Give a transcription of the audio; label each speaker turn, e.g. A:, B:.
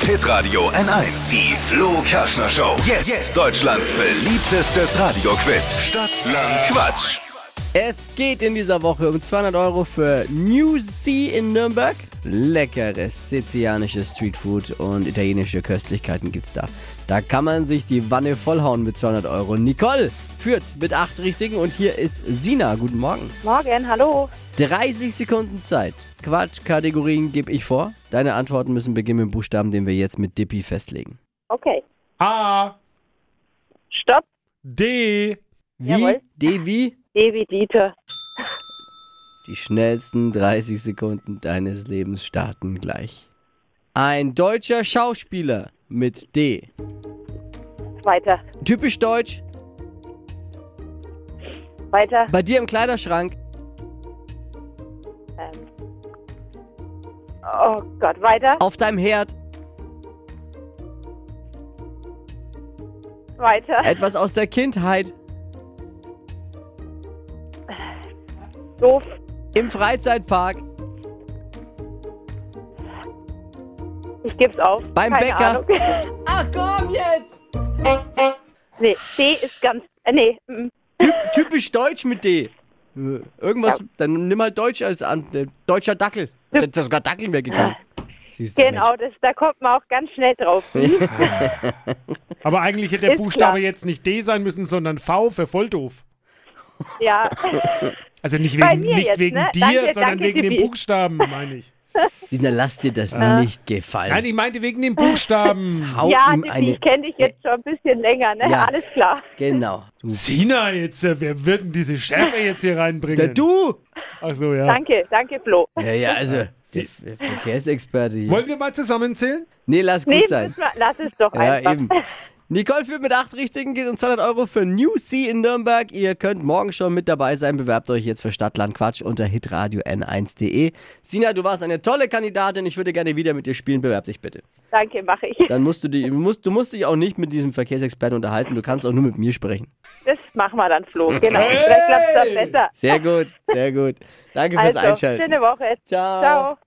A: Hitradio N1. Die Flo Kaschner Show. Jetzt, Deutschlands beliebtestes Radioquiz. Stadt, Land, Quatsch.
B: Es geht in dieser Woche um 200 Euro für New Sea in Nürnberg. Leckeres sizilianisches Streetfood und italienische Köstlichkeiten gibt's da. Da kann man sich die Wanne vollhauen mit 200 Euro. Nicole führt mit acht Richtigen und hier ist Sina. Guten Morgen.
C: Morgen, hallo.
B: 30 Sekunden Zeit. Quatschkategorien gebe ich vor. Deine Antworten müssen beginnen mit dem Buchstaben, den wir jetzt mit Dippy festlegen.
C: Okay.
D: A,
C: Stopp.
D: D,
B: Wie?
C: Jawohl.
B: D wie?
C: Devi Dieter.
B: Die schnellsten 30 Sekunden deines Lebens starten gleich. Ein deutscher Schauspieler mit D.
C: Weiter.
B: Typisch deutsch,
C: Weiter.
B: bei dir im Kleiderschrank.
C: Ähm. Oh Gott, weiter.
B: Auf deinem Herd
C: Weiter.
B: etwas aus der Kindheit.
C: Doof.
B: Im Freizeitpark,
C: Ich geb's auf.
B: Beim
C: Keine
B: Bäcker.
C: Ahnung. Ach komm jetzt. Nee, D ist ganz. Äh, nee. mm.
B: Typ- typisch deutsch mit D. Äh, Irgendwas, dann nimm halt Deutsch als an. äh, Deutscher Dackel. Da ist sogar Dackel mehr gegangen. Siehst du,
C: Genau, das, da kommt man auch ganz schnell drauf.
D: Aber eigentlich hätte der
C: Ist
D: Buchstabe
C: klar.
D: jetzt nicht D sein müssen, sondern V für voll doof.
C: ja.
D: Also nicht
C: Bei
D: wegen,
C: mir
D: nicht
C: jetzt,
D: wegen
C: ne?
D: dir,
C: Danke,
D: sondern
C: danke,
D: wegen den
C: Tibi.
D: Buchstaben, meine ich.
B: Mensch. Sina, lass dir das nicht gefallen.
D: Nein, ich meinte wegen den Buchstaben.
B: Hau
C: ja,
B: ihm
C: Dippi,
B: um eine.
C: ich kenne dich jetzt schon ein bisschen länger, ne?
B: Ja.
C: Alles klar.
B: Genau. Du.
D: Sina jetzt, äh, wer wird denn diese Schärfe jetzt hier reinbringen?
B: Der äh, du!
D: Ach so, ja.
C: Danke, danke, Flo.
B: Ja, ja, also, der Ver- Verkehrsexperte hier.
D: Wollen wir mal zusammenzählen?
B: nee, lass gut
C: Nee,
B: sein.
C: müssen wir- lass es doch
B: Ja,
C: einfach.
B: eben. Nicole führt mit acht Richtigen, geht um 200 Euro für New Sea in Nürnberg. Ihr könnt morgen schon mit dabei sein. Bewerbt euch jetzt für Stadtland Quatsch unter hitradio n1.de. Sina, du warst eine tolle Kandidatin. Ich würde gerne wieder mit dir spielen. Bewerb dich bitte.
C: Danke, mache ich.
B: Dann musst du, die, musst, du musst dich auch nicht mit diesem Verkehrsexperten unterhalten. Du kannst auch nur mit mir sprechen.
C: Das machen wir dann, Flo. Genau. Vielleicht klappt es dann besser.
B: Sehr gut, sehr gut. Danke fürs
C: Also,
B: Einschalten.
C: schöne Woche.
B: Ciao.
C: Ciao.